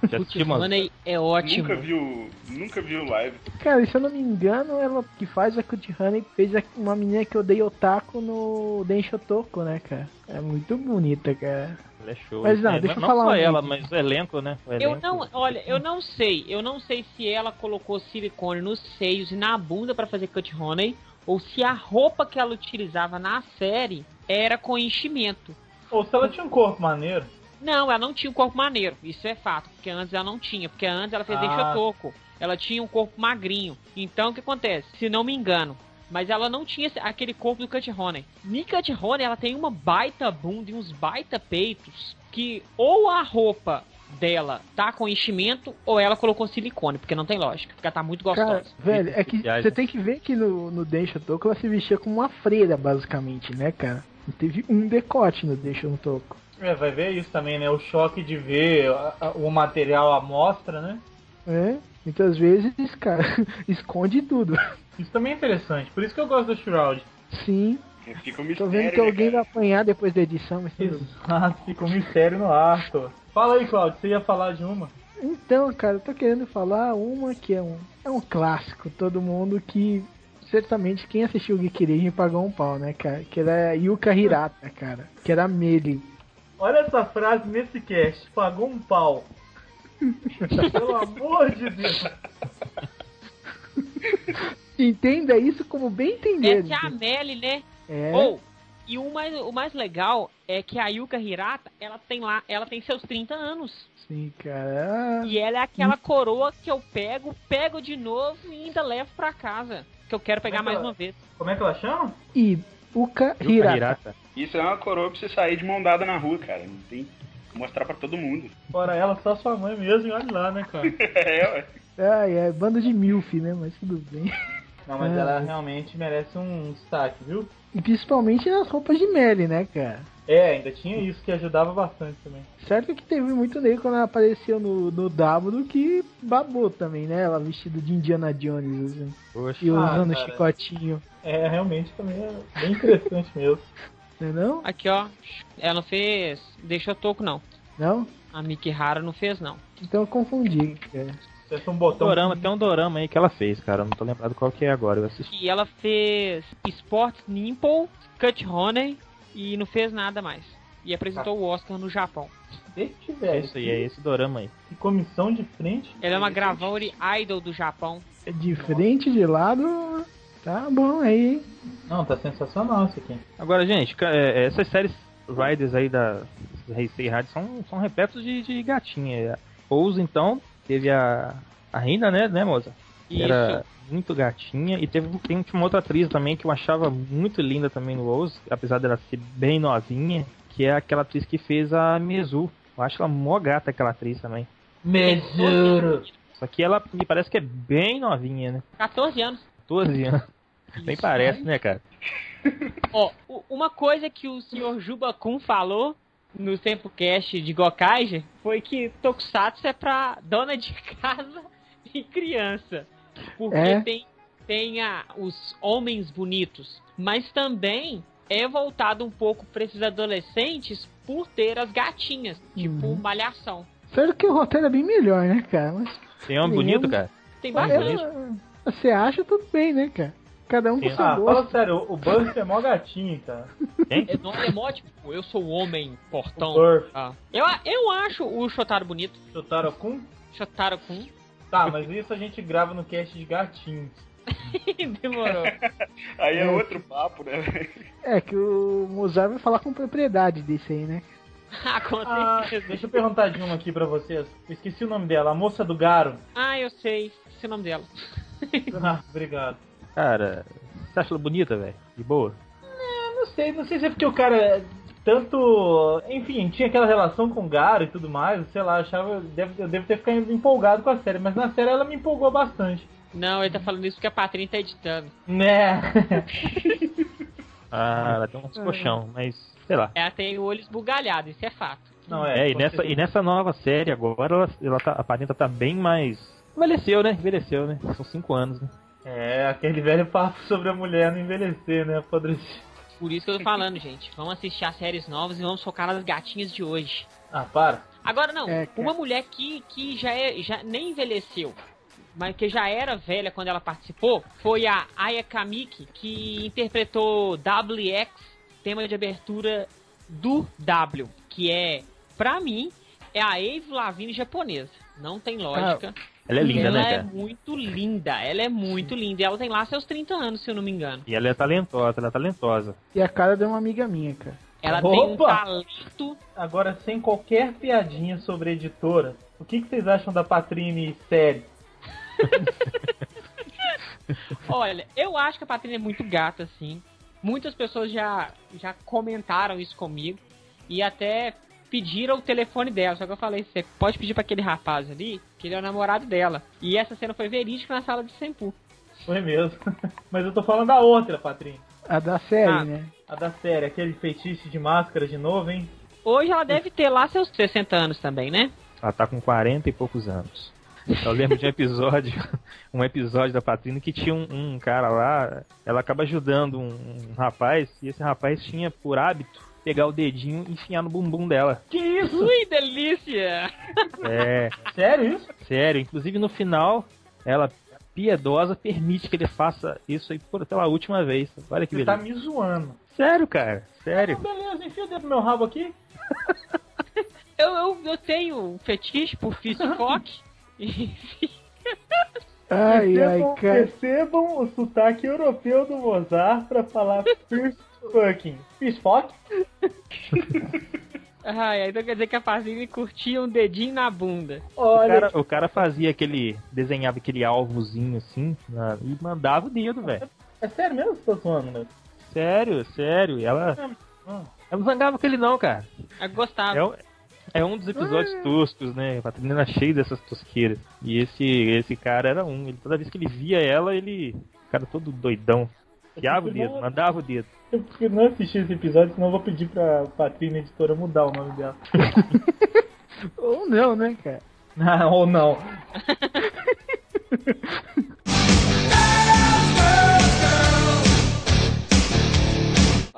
Já assisti, mano? Money é ótimo. Nunca viu, nunca viu live. Cara, e se eu não me engano, ela que faz a Cutie Honey fez a- uma menina que eu dei otaku no Denshotoku, né, cara? É muito bonita, cara. Ela é show. Mas não, É, deixa eu não falar só um- ela, mas o elenco, né? O Eu elenco. não, olha, eu não sei. Eu não sei se ela colocou silicone nos seios e na bunda pra fazer cut honey ou se a roupa que ela utilizava na série era com enchimento. Ou se ela tinha um corpo maneiro. Não, ela não tinha um corpo maneiro, isso é fato, porque antes ela não tinha, porque antes ela fez Ah. ah. Ela tinha um corpo magrinho. Então o que acontece? Se não me engano, mas ela não tinha esse- aquele corpo do Cut Honey. Ni Cut Honey, ela tem uma baita bunda e uns baita peitos que ou a roupa dela tá com enchimento ou ela colocou silicone, porque não tem lógica, porque ela tá muito gostosa. Cara, velho, é que especiais, você né? tem que ver que no, no Denshotoku ela se vestia como uma freira, basicamente, né, cara? Não teve um decote no Denshotoku. É, vai ver isso também, né? O choque de ver a- a- o material à mostra, né? É, muitas vezes, cara, [LAUGHS] esconde tudo. Isso também é interessante. Por isso que eu gosto do Shroud. Sim, Fica um tô mistério, vendo que alguém né, vai cara? apanhar depois da edição, mas tudo bem. Exato, fica um mistério no ar, pô. Fala aí, Claudio, você ia falar de uma? Então, cara, eu tô querendo falar uma que é um, é um clássico, todo mundo que certamente quem assistiu o Gekirin pagou um pau, né, cara? Que era Yuka Hirata, cara, que era a Meli. Olha essa frase nesse cast. Pagou um pau. [LAUGHS] Pelo amor de Deus. Entenda isso como bem entender. É Essa é a Amelie, né? É, Ou E o mais, o mais legal é que a Yuka Hirata, ela tem lá, ela tem seus 30 anos. Sim, cara. E ela é aquela coroa que eu pego, pego de novo e ainda levo pra casa. Que eu quero pegar Mas mais ela- uma vez. Como é que ela chama? E Uka Yuka Hirata. Hirata. Isso é uma coroa pra você sair de mão dada na rua, cara. Não tem que mostrar pra todo mundo. [LAUGHS] Fora ela, só sua mãe mesmo e olha lá, né, cara? É, ué. Ai, ai, banda de milf, né? Mas tudo bem. Não, mas É. ela realmente merece um destaque, viu? E principalmente nas roupas de Melly, né, cara? É, ainda tinha isso que ajudava bastante também. Certo que teve muito negro quando ela apareceu no, no W que babou também, né? Ela vestida de Indiana Jones, assim. Poxa. E usando cara. chicotinho. É, realmente também é bem interessante mesmo. Não é não? Aqui, ó. Ela não fez. Deixa toco, não. Não? A Miki Hara não fez, não. Então eu confundi, É, cara. Parece um botão. Dorama, tem um dorama aí que ela fez, cara. Eu não tô lembrado qual que é agora. Eu assisti. E ela fez Sports Nimple, Cut Honey e não fez nada mais. E apresentou o Oscar no Japão. Deixa eu É ver. isso aí, é esse dorama aí. Que comissão de frente. Ela é uma gravure idol do Japão. é De frente, de lado. Tá bom aí, hein? Não, tá sensacional isso aqui. Agora, gente, ca- é, é, essas séries Riders aí da Heisei Rádio são, são repletos de, de gatinha. Pose, então, teve a, a Rina, né, né, moça? Que Isso. Era muito gatinha. E teve tem um, uma outra atriz também que eu achava muito linda também no Rose, apesar dela ser bem novinha, que é aquela atriz que fez a Mizu. Eu acho ela mó gata aquela atriz também. Mejuro. Só que ela me parece que é bem novinha, né? 14 anos. 12 anos. Nem parece, né, cara? Ó, u- uma coisa que o senhor Juba Kun falou no Tempocast de Gokaiger foi que Tokusatsu é pra dona de casa e criança. Porque É? tem, tem a, os homens bonitos. Mas também é voltado um pouco pra esses adolescentes por ter as gatinhas, tipo Uhum. malhação. Sério que o roteiro é bem melhor, né, cara? Mas Tem homem bonito, cara? Tem Ah, ela- bastante. você acha tudo bem, né, cara? Cada um com Sim. seu Ah, gosto. fala sério, o Burst é mó gatinho, cara. É, não, é mó tipo, eu sou o homem O portão. Burst, Ah. Eu, a- eu acho o Shotaro bonito. chutaram com. Shotaro Kun. Tá, mas isso a gente grava no cast de gatinhos. Demorou. Aí é outro papo, né? É que o Mozart vai falar com propriedade desse aí, né? [LAUGHS] Ah, com Ah, certeza. deixa eu perguntar de uma aqui pra vocês. Eu esqueci o nome dela, a moça do [LAUGHS] Garo. Ah, eu sei. Esse é o nome dela. Ah, obrigado. Cara, você acha ela bonita, velho? De boa? Não sei, não sei se é porque o cara tanto. Enfim, tinha aquela relação com o Garo e tudo mais, sei lá, achava. deve- Eu devo ter ficado empolgado com a série, mas na série ela me empolgou bastante. Não, ele tá falando isso porque a Patrinha tá editando. Né? Ah, ela tem uns É. colchão, mas sei lá. Ela tem o olho esbugalhado, isso é fato. Não, é. É, e nessa, e nessa nova série agora, ela, ela tá, a parenta tá bem mais. Envelheceu, né? Envelheceu, né? São cinco anos, né? É, aquele velho papo sobre a mulher não envelhecer, né? Apodrecer. Por isso que eu tô [LAUGHS] falando, gente. Vamos assistir as séries novas e vamos focar nas gatinhas de hoje. Ah, para. Agora não, É, cara. uma mulher que, que já, é, já nem envelheceu, mas que já era velha quando ela participou, foi a Aya Kamiki, que interpretou WX, tema de abertura do W, que é, pra mim, é a Avril Lavigne japonesa. Não tem Ah, lógica. Ela é linda, ela né, é cara? muito linda, ela é muito linda. E ela tem lá seus 30 anos, se eu não me engano. E ela é talentosa, ela é talentosa. E a cara de uma amiga minha, cara. Ela tem um Opa! talento. Agora, sem qualquer piadinha sobre a editora, o que, que vocês acham da Patrine série? Olha, eu acho que a Patrícia é muito gata, assim. Muitas pessoas já, já comentaram isso comigo e até pediram o telefone dela. Só que eu falei, você pode pedir pra aquele rapaz ali, que ele é o namorado dela. E essa cena foi verídica na sala de Senpu. Foi mesmo. [LAUGHS] mas eu tô falando da outra, Patrine. A da série, Ah. né? A da série, aquele feitiço de máscara de novo, hein? Hoje ela deve ter lá seus 60 anos também, né? Ela tá com 40 e poucos anos. Eu lembro de um episódio, [LAUGHS] um episódio da Patrina que tinha um, um cara lá, ela acaba ajudando um, um rapaz, e esse rapaz tinha por hábito pegar o dedinho e enfiar no bumbum dela. Que isso? [LAUGHS] Ui, delícia! É. Sério isso? Sério, inclusive no final, ela piedosa permite que ele faça isso aí por, pela última vez. Olha que Você tá beleza. me zoando. Sério, cara. Sério. Ah, beleza, enfia o dedo no meu rabo aqui. [LAUGHS] Eu, eu, eu tenho um fetiche por fist fuck. E Ai, ai, Percebam, cara. percebam o sotaque europeu do Mozart pra [LAUGHS] falar first fucking. Fish fuck? Ai, ai, então quer dizer que a Pazini curtia um dedinho na bunda. O Olha, cara, o cara fazia aquele. desenhava aquele alvozinho assim na- e mandava o dedo, velho. é sério mesmo que eu tô zoando, meu? Sério, sério. E ela. Ela não zangava com ele, não, cara. Eu gostava. É, um- é um dos episódios toscos, né? A Patrícia era cheia dessas tosqueiras. E esse, esse cara era um. Ele, toda vez que ele via ela, ele. O cara todo doidão. Piava o dedo, mandava o dedo. Eu prefiro não assistir esse episódio, senão eu vou pedir pra Patrícia Editora mudar o nome dela. Ou não, né, cara? Ah, [LAUGHS] ou não.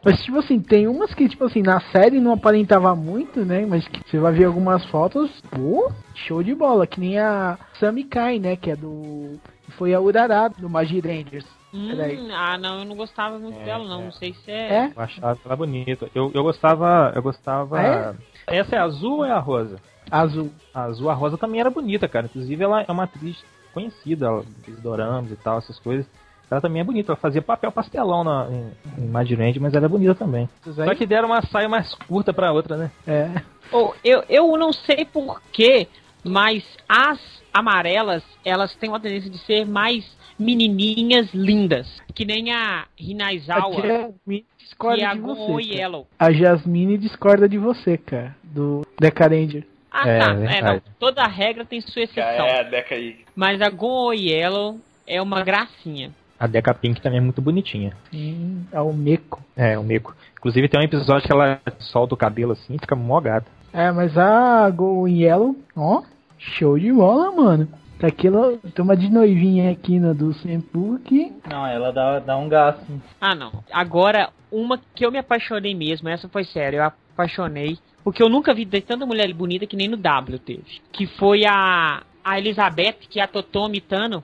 Mas, tipo assim, tem umas que, tipo assim, na série não aparentava muito, né? Mas que você vai ver algumas fotos, pô, show de bola. Que nem a Sami Kai, né? Que é do. Foi a Urará do Magic Rangers. peraí. Hum, ah, não, eu não gostava muito dela, não. Não sei se é. É? Eu achava ela bonita. Eu, eu gostava. Eu gostava. Ah, Essa é a azul ou é a rosa? Azul. A Azul, a Rosa também era bonita, cara. Inclusive, ela é uma atriz conhecida, ela fez doramas e tal, essas coisas. Ela também é bonita, ela fazia papel pastelão na, em, em Magic Range, mas ela é bonita também. Só que deram uma saia mais curta pra outra, né? É. Oh, eu, eu não sei porquê, mas as amarelas, elas têm uma tendência de ser mais menininhas lindas. Que nem a A Hinaizawa Jasmine e discorda a é de né? Go você. cara. Yellow. A Jasmine discorda de você, cara. Do Decaranger. Ah, É, tá. É, verdade. não. Toda regra tem sua Já exceção. é a Deca aí. Mas a Go Yellow é uma gracinha. A Deca Pink também é muito bonitinha. Sim, ao Meco. É, o Meco. Inclusive, tem um episódio que ela solta o cabelo assim e fica mó gata. É, mas a Go Yellow, ó, show de bola, mano. Tá aquela toma de noivinha aqui na do Senpu que Não, ela dá, dá um gasto. Ah, não. Agora, uma que eu me apaixonei mesmo, essa foi sério, eu apaixonei. Porque eu nunca vi de tanta mulher bonita que nem no W teve. Que foi a, a Elizabeth, que é a Totomi Tano,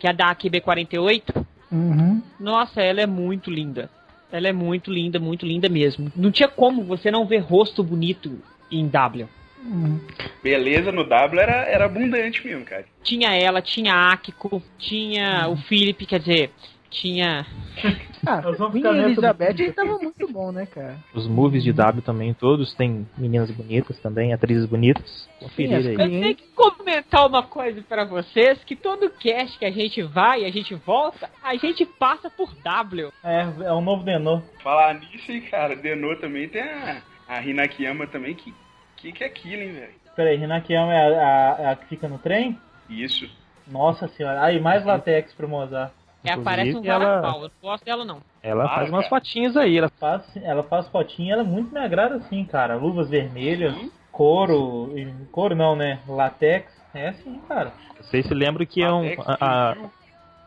que é da QB48. Uhum. Nossa, ela é muito linda. Ela é muito linda, muito linda mesmo. Não tinha como você não ver rosto bonito em W. Uhum. Beleza no W era, era abundante mesmo, cara. Tinha ela, tinha a Akiko, tinha o Philip, quer dizer, tinha. Ah, Nós vamos Queen ficar nessa Elizabeth ele tava muito bom, né, cara? Os movies de W também, todos têm meninas bonitas também, atrizes bonitas. as Conferir aí. Eu tenho que comentar uma coisa pra vocês, que todo cast que a gente vai, a gente volta, a gente passa por W. É, é um novo Denô. Falar nisso, hein, cara. Denô também tem a, a Hinakiyama também, que, que que é aquilo, hein, velho? Peraí, Hinakiyama é a, a- é a que fica no trem? Isso. Nossa senhora. Aí, mais latex pro Mozart. É, aparece um Inclusive, ela- varapau, eu não gosto dela não. Ela Para, faz Ah, umas cara. é. fotinhas aí, ela Faz- ela faz fotinha, ela é muito me agrada assim, cara. Luvas vermelhas, couro, e- couro não, né? Latex. É assim, cara. Vocês se lembram que há um- Latex, há- Kill Bill.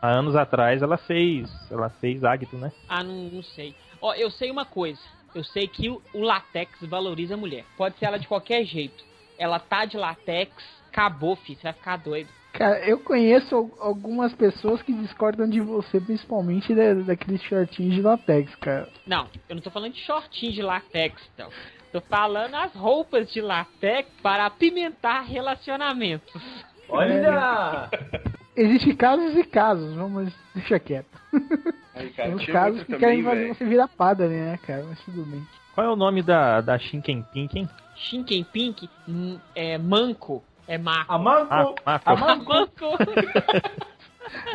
há anos atrás ela fez. Ela fez Agito, né? Ah, não, não sei. Ó, eu sei uma coisa, eu sei que o, o latex valoriza a mulher, pode ser ela de qualquer jeito. Ela tá de latex, acabou, filho, você vai ficar doido. Cara, eu conheço al- algumas pessoas que discordam de você, principalmente da, daqueles shortinhos de latex, cara. Não, eu não tô falando de shortinho de latex, então. Tô falando as roupas de latex para apimentar relacionamentos. Olha! Existe casos e casos, vamos deixa quieto. Aí, cara, Tem uns tinha casos outra que também, querem fazer velho. você virar padre, né, cara? Mas tudo bem. Qual é o nome da, da Shinken Pink, hein? Shinken Pink hum, é manco. É maco. A Ah, Marco, Mako. a Manco.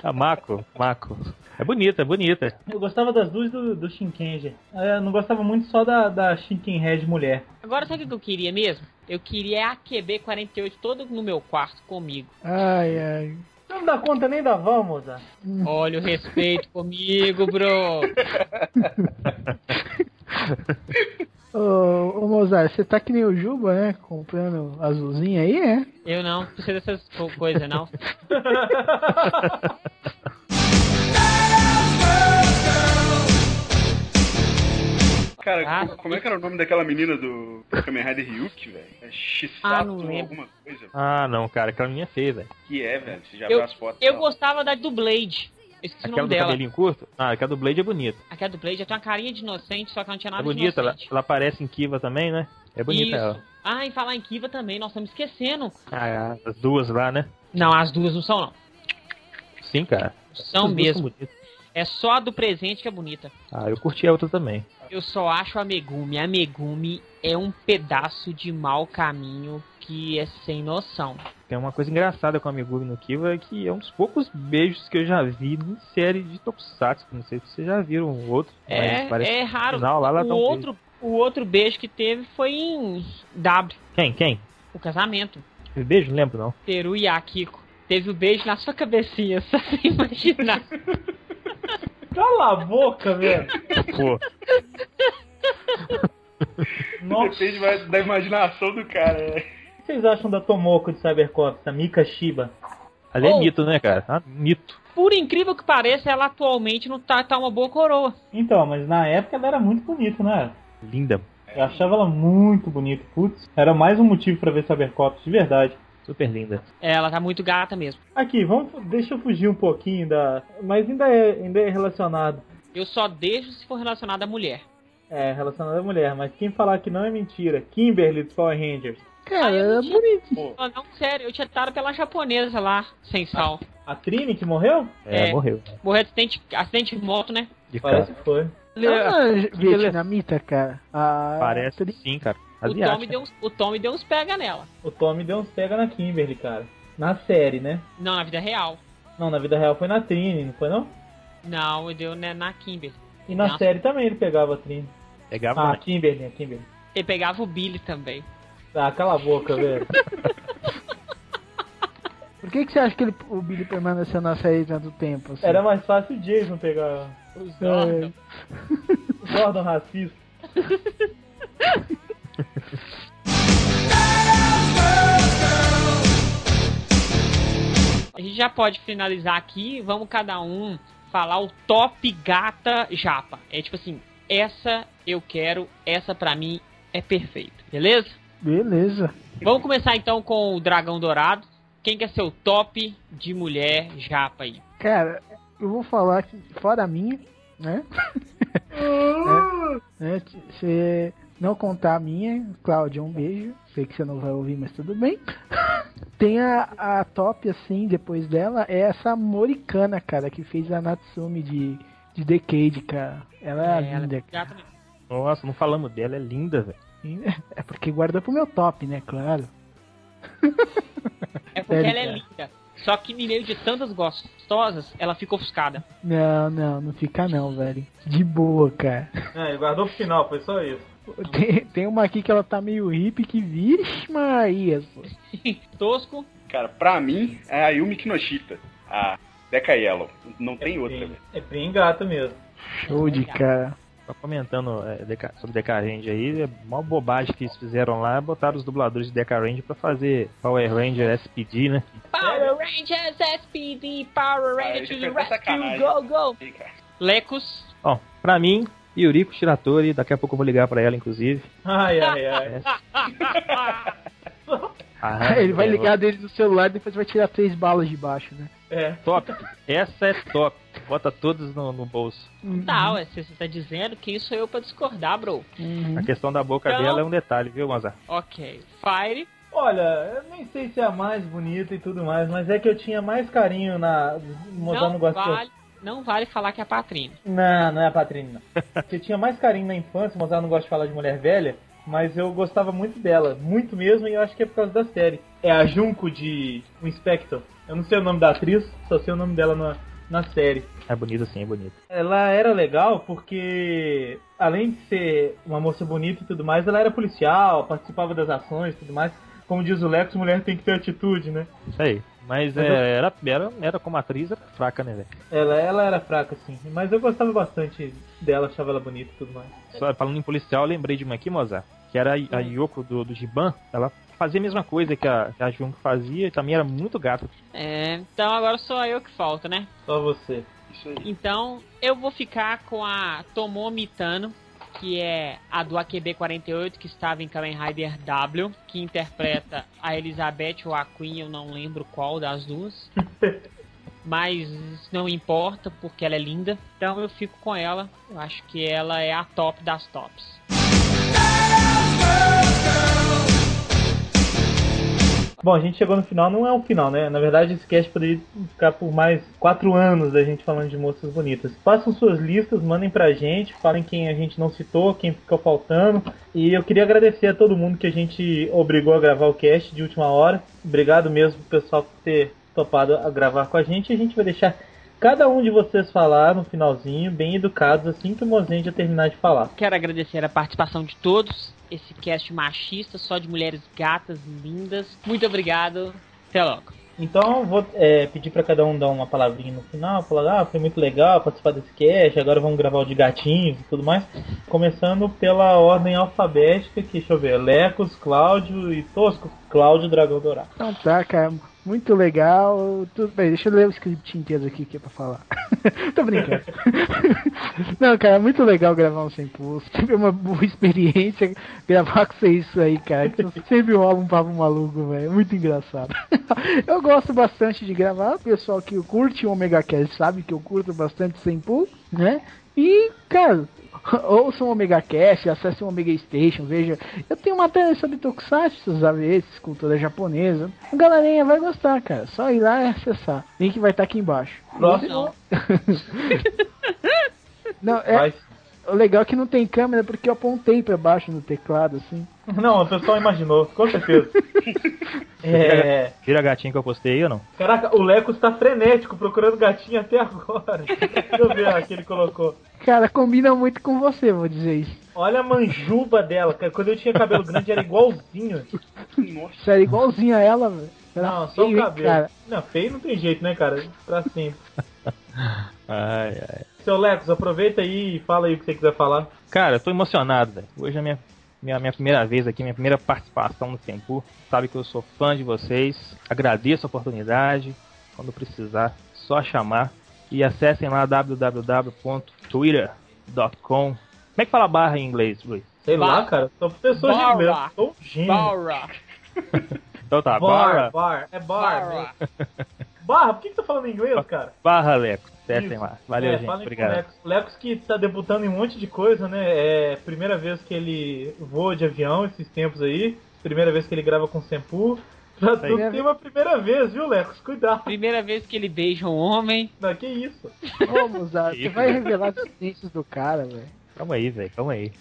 Ah, Mako. Mako. É bonita, é bonita. Eu gostava das duas do, do Shinkenger. É, Eu não gostava muito só da, da Shinken Red mulher. [LAUGHS] Agora sabe o que eu queria mesmo? Eu queria a QB48 todo no meu quarto comigo. Ai, ai. Você não dá conta nem da ah. van, Mozart. Olha o [LAUGHS] respeito comigo, bro. Ô, ô Mozart, você tá que nem o Juba, né? Comprando azulzinha aí, é? Eu não preciso dessas co- coisas, não. Cara, Ah, co- como é que era o nome daquela menina do do Kamen Rider Ryuk, velho? É Ah, Shisato não ou lembro. alguma coisa? Ah, não, cara. Aquela menina é feia, velho. Que é, velho? Você já Eu- viu as fotos? Eu dela? gostava da do Blade. Eu esqueci o Aquela nome do dela. cabelinho curto? Ah, aquela do Blade é bonita. Aquela do Blade, ela tem uma carinha de inocente, só que ela não tinha É nada de bonita. Ela, inocente. ela aparece em Kiva também, né? É bonita Isso. ela. Ah, e falar em Kiva também, nós estamos esquecendo. Ah, as duas lá, né? Não, as duas não são, não. sim, cara. São As duas mesmo. são bonitas. É só a do presente que é bonita. Ah, eu curti a outra também. Eu só acho a Megumi. A Megumi é um pedaço de mau caminho que é sem noção. Tem uma coisa engraçada com a Megumi no Kiva que é um dos poucos beijos que eu já vi em série de Tokusatsu. Não sei se vocês já viram outro, É, mas parece é que no raro. final lá ela o, dá um beijo. outro, o outro beijo que teve foi em W, [LAUGHS] Quem? Quem? o casamento. Teve Beijo? Não lembro não. Teru e Akiko. Teve o beijo na sua cabecinha, [LAUGHS] só você imaginar. Cala a boca, velho. Pô, Nossa, Depende mais da imaginação do cara. né? o que vocês acham da Tomoko de Cybercops, a Mika Shiba? ali é Oh. mito, né, cara? Ah, mito. Por incrível que pareça, ela atualmente não tá, tá uma boa coroa. Então, mas na época ela era muito bonita, né? Linda. Eu achava ela muito bonita. Putz, era mais um motivo pra ver Cybercops, de verdade. Super linda. Ela tá muito gata mesmo. Aqui, vamos, deixa eu fugir um pouquinho da... Mas ainda é, ainda é relacionado. Eu só deixo se for relacionada à mulher. É, relacionado à mulher, mas quem falar que não é mentira. Kimberly dos Power Rangers. Cara, é bonito. Pô, Ah, não, sério, eu tinha tado pela japonesa lá, sem sal. A Trini que morreu? É, É. morreu. Morreu de acidente, acidente de moto, né? De cara. Parece que foi. É uma vietnamita, cara. Ah, A Parece atriz- sim, cara. O Tommy, Asiática. deu uns, o Tommy deu uns pega nela. O Tommy deu uns pega na Kimberly, cara. Na série, né? Não, na vida real. Não, na vida real foi na Trini, não foi não? Não, deu né, na Kimber. E na Não. série também ele pegava a Trini. Pegava Ah, a né? Kimberly, a Kimberly. Ele pegava o Billy também. Ah, cala a boca, velho. Por que, que você acha que ele- o Billy permaneceu na série tanto tempo? assim? Era mais fácil o Jason pegar É. O Zordon. o Gordon racista. A gente já pode finalizar aqui. Vamos cada um falar o top gata japa. É tipo assim, essa eu quero, essa pra mim é perfeita. Beleza? Beleza. Vamos começar então com o Dragão Dourado. Quem quer ser o top de mulher japa aí? Cara, eu vou falar que, fora a minha, né? [LAUGHS] É, né, se você não contar a minha, Cláudia, um beijo. Sei que você não vai ouvir, mas tudo bem. [LAUGHS] Tem a, a top, assim, depois dela, é essa Moricana, cara, que fez a Natsumi de, de Decade, cara. Ela é, ela linda, é cara. gata mesmo. Nossa, não falamos dela, é linda, velho. É porque guarda pro meu top, né? Claro. É porque Sério, ela é cara. linda. Só que no meio de tantas gostosas, ela fica ofuscada. Não, não, não fica não, velho. De boa, cara. É, ele guardou pro final, foi só isso. Tem, tem uma aqui que ela tá meio hippie que vixe Maria. pô. Tosco, Cara, pra mim, é a Yumi Kinoshita. A Deca Yellow. Não tem outra, Bem- velho. É bem gata mesmo. Show de cara. Só comentando é, Deca- sobre Deca Range aí, é uma bobagem que eles fizeram lá, botaram os dubladores de Deca Range pra fazer Power Ranger SPD, né? Power Rangers SPD, Power Aí Rangers to the foi sacanagem. rescue, go, go! Ei, cara. Lecos, Bom, pra mim, Yuriko Shiratori, daqui a pouco eu vou ligar pra ela, inclusive. Ai, ai, ai. É. Ah, [LAUGHS] Ele vai é, ligar dele no celular e depois vai tirar três balas de baixo, né? É. Top. Essa é top. Bota todos no, no bolso. Uhum. Tá, ué, se você tá dizendo, quem sou eu pra discordar, bro? Hum. A questão da boca Então- dela é um detalhe, viu, Mazar? Ok, Fire, Olha, eu nem sei se é a mais bonita e tudo mais, mas é que eu tinha mais carinho na. Mudando não o gosto. vale, não vale falar que é a Patrine. Não, não é a Patrícia, não. Eu tinha mais carinho na infância, mas ela não gosta de falar de mulher velha, mas eu gostava muito dela, muito mesmo, e eu acho que é por causa da série. É a Junko de O Inspector. Eu não sei o nome da atriz, só sei o nome dela na, na série. É bonito sim, é bonito. Ela era legal porque, além de ser uma moça bonita e tudo mais, ela era policial, participava das ações e tudo mais. Como diz o Lex, mulher tem que ter atitude, né? Isso aí. Mas Mas é, eu- era, era, era como atriz, era fraca, né, velho? Ela, ela era fraca, sim, mas eu gostava bastante dela, achava ela bonita e tudo mais. Só falando em policial, eu lembrei de uma aqui, Mozart, que era a a Hum. Yoko do, do Giban. Ela fazia a mesma coisa que a, que a Junko fazia e também era muito gata. É, então agora sou eu que falta, né? Só você. Isso aí. Então eu vou ficar com a Tomomi Tano, que é a do AQB48, que estava em Kamen Rider W, que interpreta a Elizabeth ou a Queen, eu não lembro qual das [LAUGHS] duas. Mas isso não importa, porque ela é linda. Então eu fico com ela. Eu acho que ela é a top das tops. Bom, a gente chegou no final, não é o final, né? Na verdade, esse cast poderia ficar por mais quatro anos da gente falando de moças bonitas. Façam suas listas, mandem pra gente, falem quem a gente não citou, quem ficou faltando. E eu queria agradecer a todo mundo que a gente obrigou a gravar o cast de última hora. Obrigado mesmo pro pessoal por ter topado a gravar com a gente. A gente vai deixar cada um de vocês falar no finalzinho, bem educados, assim que o Mozendia terminar de falar. Quero agradecer a participação de todos. Esse cast machista, só de mulheres gatas, lindas. Muito obrigado. Até logo. Então eu vou é, pedir pra cada um dar uma palavrinha no final, falar, ah, foi muito legal participar desse cast, agora vamos gravar o de gatinhos e tudo mais. Começando pela ordem alfabética, que deixa eu ver, Lecos, Cláudio e Tosco, Cláudio Dragão Dourado. Então tá, cara. Muito legal. Tudo bem, deixa eu ler o script inteiro aqui que é pra falar. [LAUGHS] Tô brincando. [LAUGHS] Não, cara, muito legal gravar um sem pulso. Tive uma boa experiência gravar com vocês isso aí, cara. Que vocês sempre rola um papo maluco, velho. Muito engraçado. [LAUGHS] Eu gosto bastante de gravar. O pessoal que curte o Omega Cast sabe que eu curto bastante sem pulso, né? E, cara, [LAUGHS] ouçam o um Omega Cast, acessem o Omega Station, veja. Eu tenho matéria sobre Tokusatsu, sabe? Esses, cultura japonesa. A galerinha vai gostar, cara. Só ir lá e acessar. Link vai estar aqui embaixo. Não. Não, é. Mas- O legal é que não tem câmera porque eu apontei pra baixo no teclado, assim. Não, o pessoal imaginou, com certeza. É, Tira a gatinha que eu postei aí ou não? Caraca, o Leco está frenético procurando gatinho até agora. [LAUGHS] Deixa eu ver a que ele colocou. Cara, combina muito com você, vou dizer isso. Olha a manjuba dela, cara. Quando eu tinha cabelo grande era igualzinho. [LAUGHS] Nossa, Você era igualzinho a ela, velho. Era Não, só o feio, hein, cabelo. Não, feio não tem jeito, né, cara? Pra sempre. Ai, ai. Seu Lecos, aproveita aí e fala aí o que você quiser falar. Cara, eu tô emocionado, velho. Hoje é a minha, minha, minha primeira vez aqui, minha primeira participação no Tempo. Sabe que eu sou fã de vocês. Agradeço a oportunidade. Quando precisar, só chamar. E acessem lá www.twitter.com. Como é que fala barra em inglês, Luiz? Sei Ba- lá, cara. Sou professor de Bora. inglês. Sou um gênio. Bora. Então tá, Bar, barra, bar. É bar. né? Bora. Barra, por que, que tá falando em inglês, cara? barra Leco. Acessem Isso. lá. Valeu, É, gente. falem com Obrigado. o Lecos. Lecos que tá debutando em um monte de coisa, né? É primeira vez que ele voa de avião esses tempos aí. Primeira vez que ele grava com [LAUGHS] Sempu. Já tu Primeira tem uma primeira vez, viu, Lecos? Cuidado. Primeira vez que ele beija um homem. Não, que isso? Ô, [LAUGHS] Mozart, Que você isso, vai né? velho. revelar os dentes do cara, velho. Calma aí, velho. Calma aí.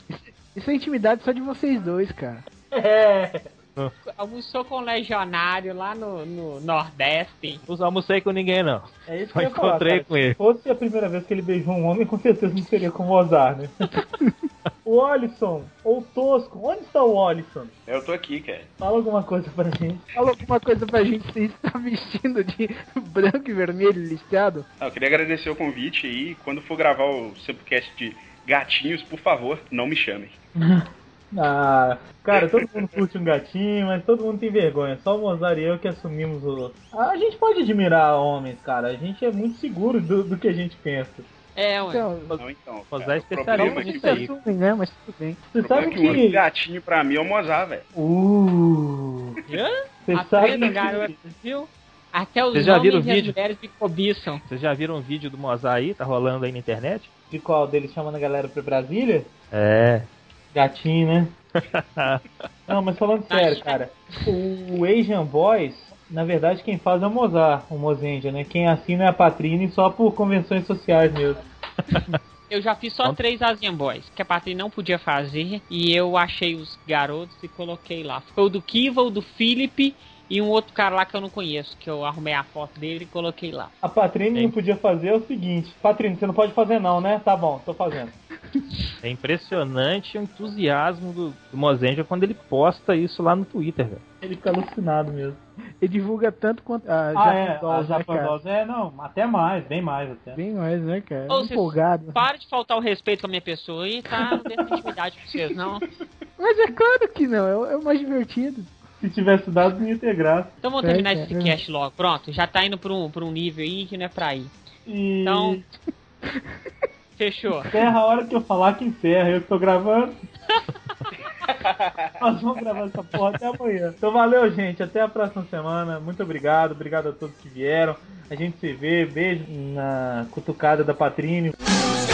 Isso é intimidade só de vocês dois, cara. É. Almoçou com um legionário lá no, no Nordeste. Não almocei com ninguém, não. É isso Só que eu ia falar, encontrei cara. com ele. Se fosse a primeira vez que ele beijou um homem, com certeza não seria com o Mozart, né? o Olisson, ou Tosco, onde está o Olisson? eu tô aqui, cara. Fala alguma coisa pra gente. Fala alguma coisa pra gente, você está vestindo de [LAUGHS] branco e vermelho listrado? Ah, eu queria agradecer o convite aí. Quando for gravar o podcast de gatinhos, por favor, não me chamem. Ah, cara, todo mundo curte um gatinho, mas todo mundo tem vergonha. Só o Mozart e eu que assumimos o. A gente pode admirar homens, cara. A gente é muito seguro do, do que a gente pensa. É, ué. Então, Não, então. Mozart cara, é o problema especialista nisso que- aí. assumem, né? Mas tudo bem. O Você problema sabe é que o que. gatinho pra mim é o Mozart, velho. Uh! Hã? Você A sabe treta, que- garoto, viu? Até os Vocês já viram homens o e as vídeo? mulheres me cobiçam. Vocês já viram um vídeo do Mozart aí? Tá rolando aí na internet? de qual deles chamando a galera pra Brasília? É. Gatinho, né? Não, mas falando sério, cara, o Asian Boys, na verdade, quem faz é o Mozart, o Mozendia, né? Quem assina é a Patrine só por convenções sociais mesmo. Eu já fiz só Então- três Asian Boys, que a Patrícia não podia fazer, e eu achei os garotos e coloquei lá. Ficou o do Kiva, o do Felipe e um outro cara lá que eu não conheço, que eu arrumei a foto dele e coloquei lá. A Patrine Sim. não podia fazer é o seguinte: Patrine, você não pode fazer, não, né? Tá bom, tô fazendo. É impressionante o entusiasmo do, do Mozenja quando ele posta isso lá no Twitter, velho. Ele fica alucinado mesmo. Ele divulga tanto quanto a Ah, é, Japan Dolls, a né, cara? Japanose, é, não, até mais, bem mais até. Bem mais, né, cara? Ou vocês- Empolgado. Para de faltar o respeito com a minha pessoa e tá? Não dessa intimidade pra vocês, não. Mas é claro que não, é, o- é o mais divertido. Se tivesse dado, não ia ter graça. Então vamos É, terminar cara, esse é. cast logo. Pronto, já tá indo pra um, pra um nível aí que não é pra ir. E Então. Fechou. encerra a hora que eu falar que encerra, eu que tô gravando. Nós vamos gravar essa porra até amanhã. Então valeu, gente. Até a próxima semana. Muito obrigado. Obrigado a todos que vieram. A gente se vê. Beijo na cutucada da Patrine. Thank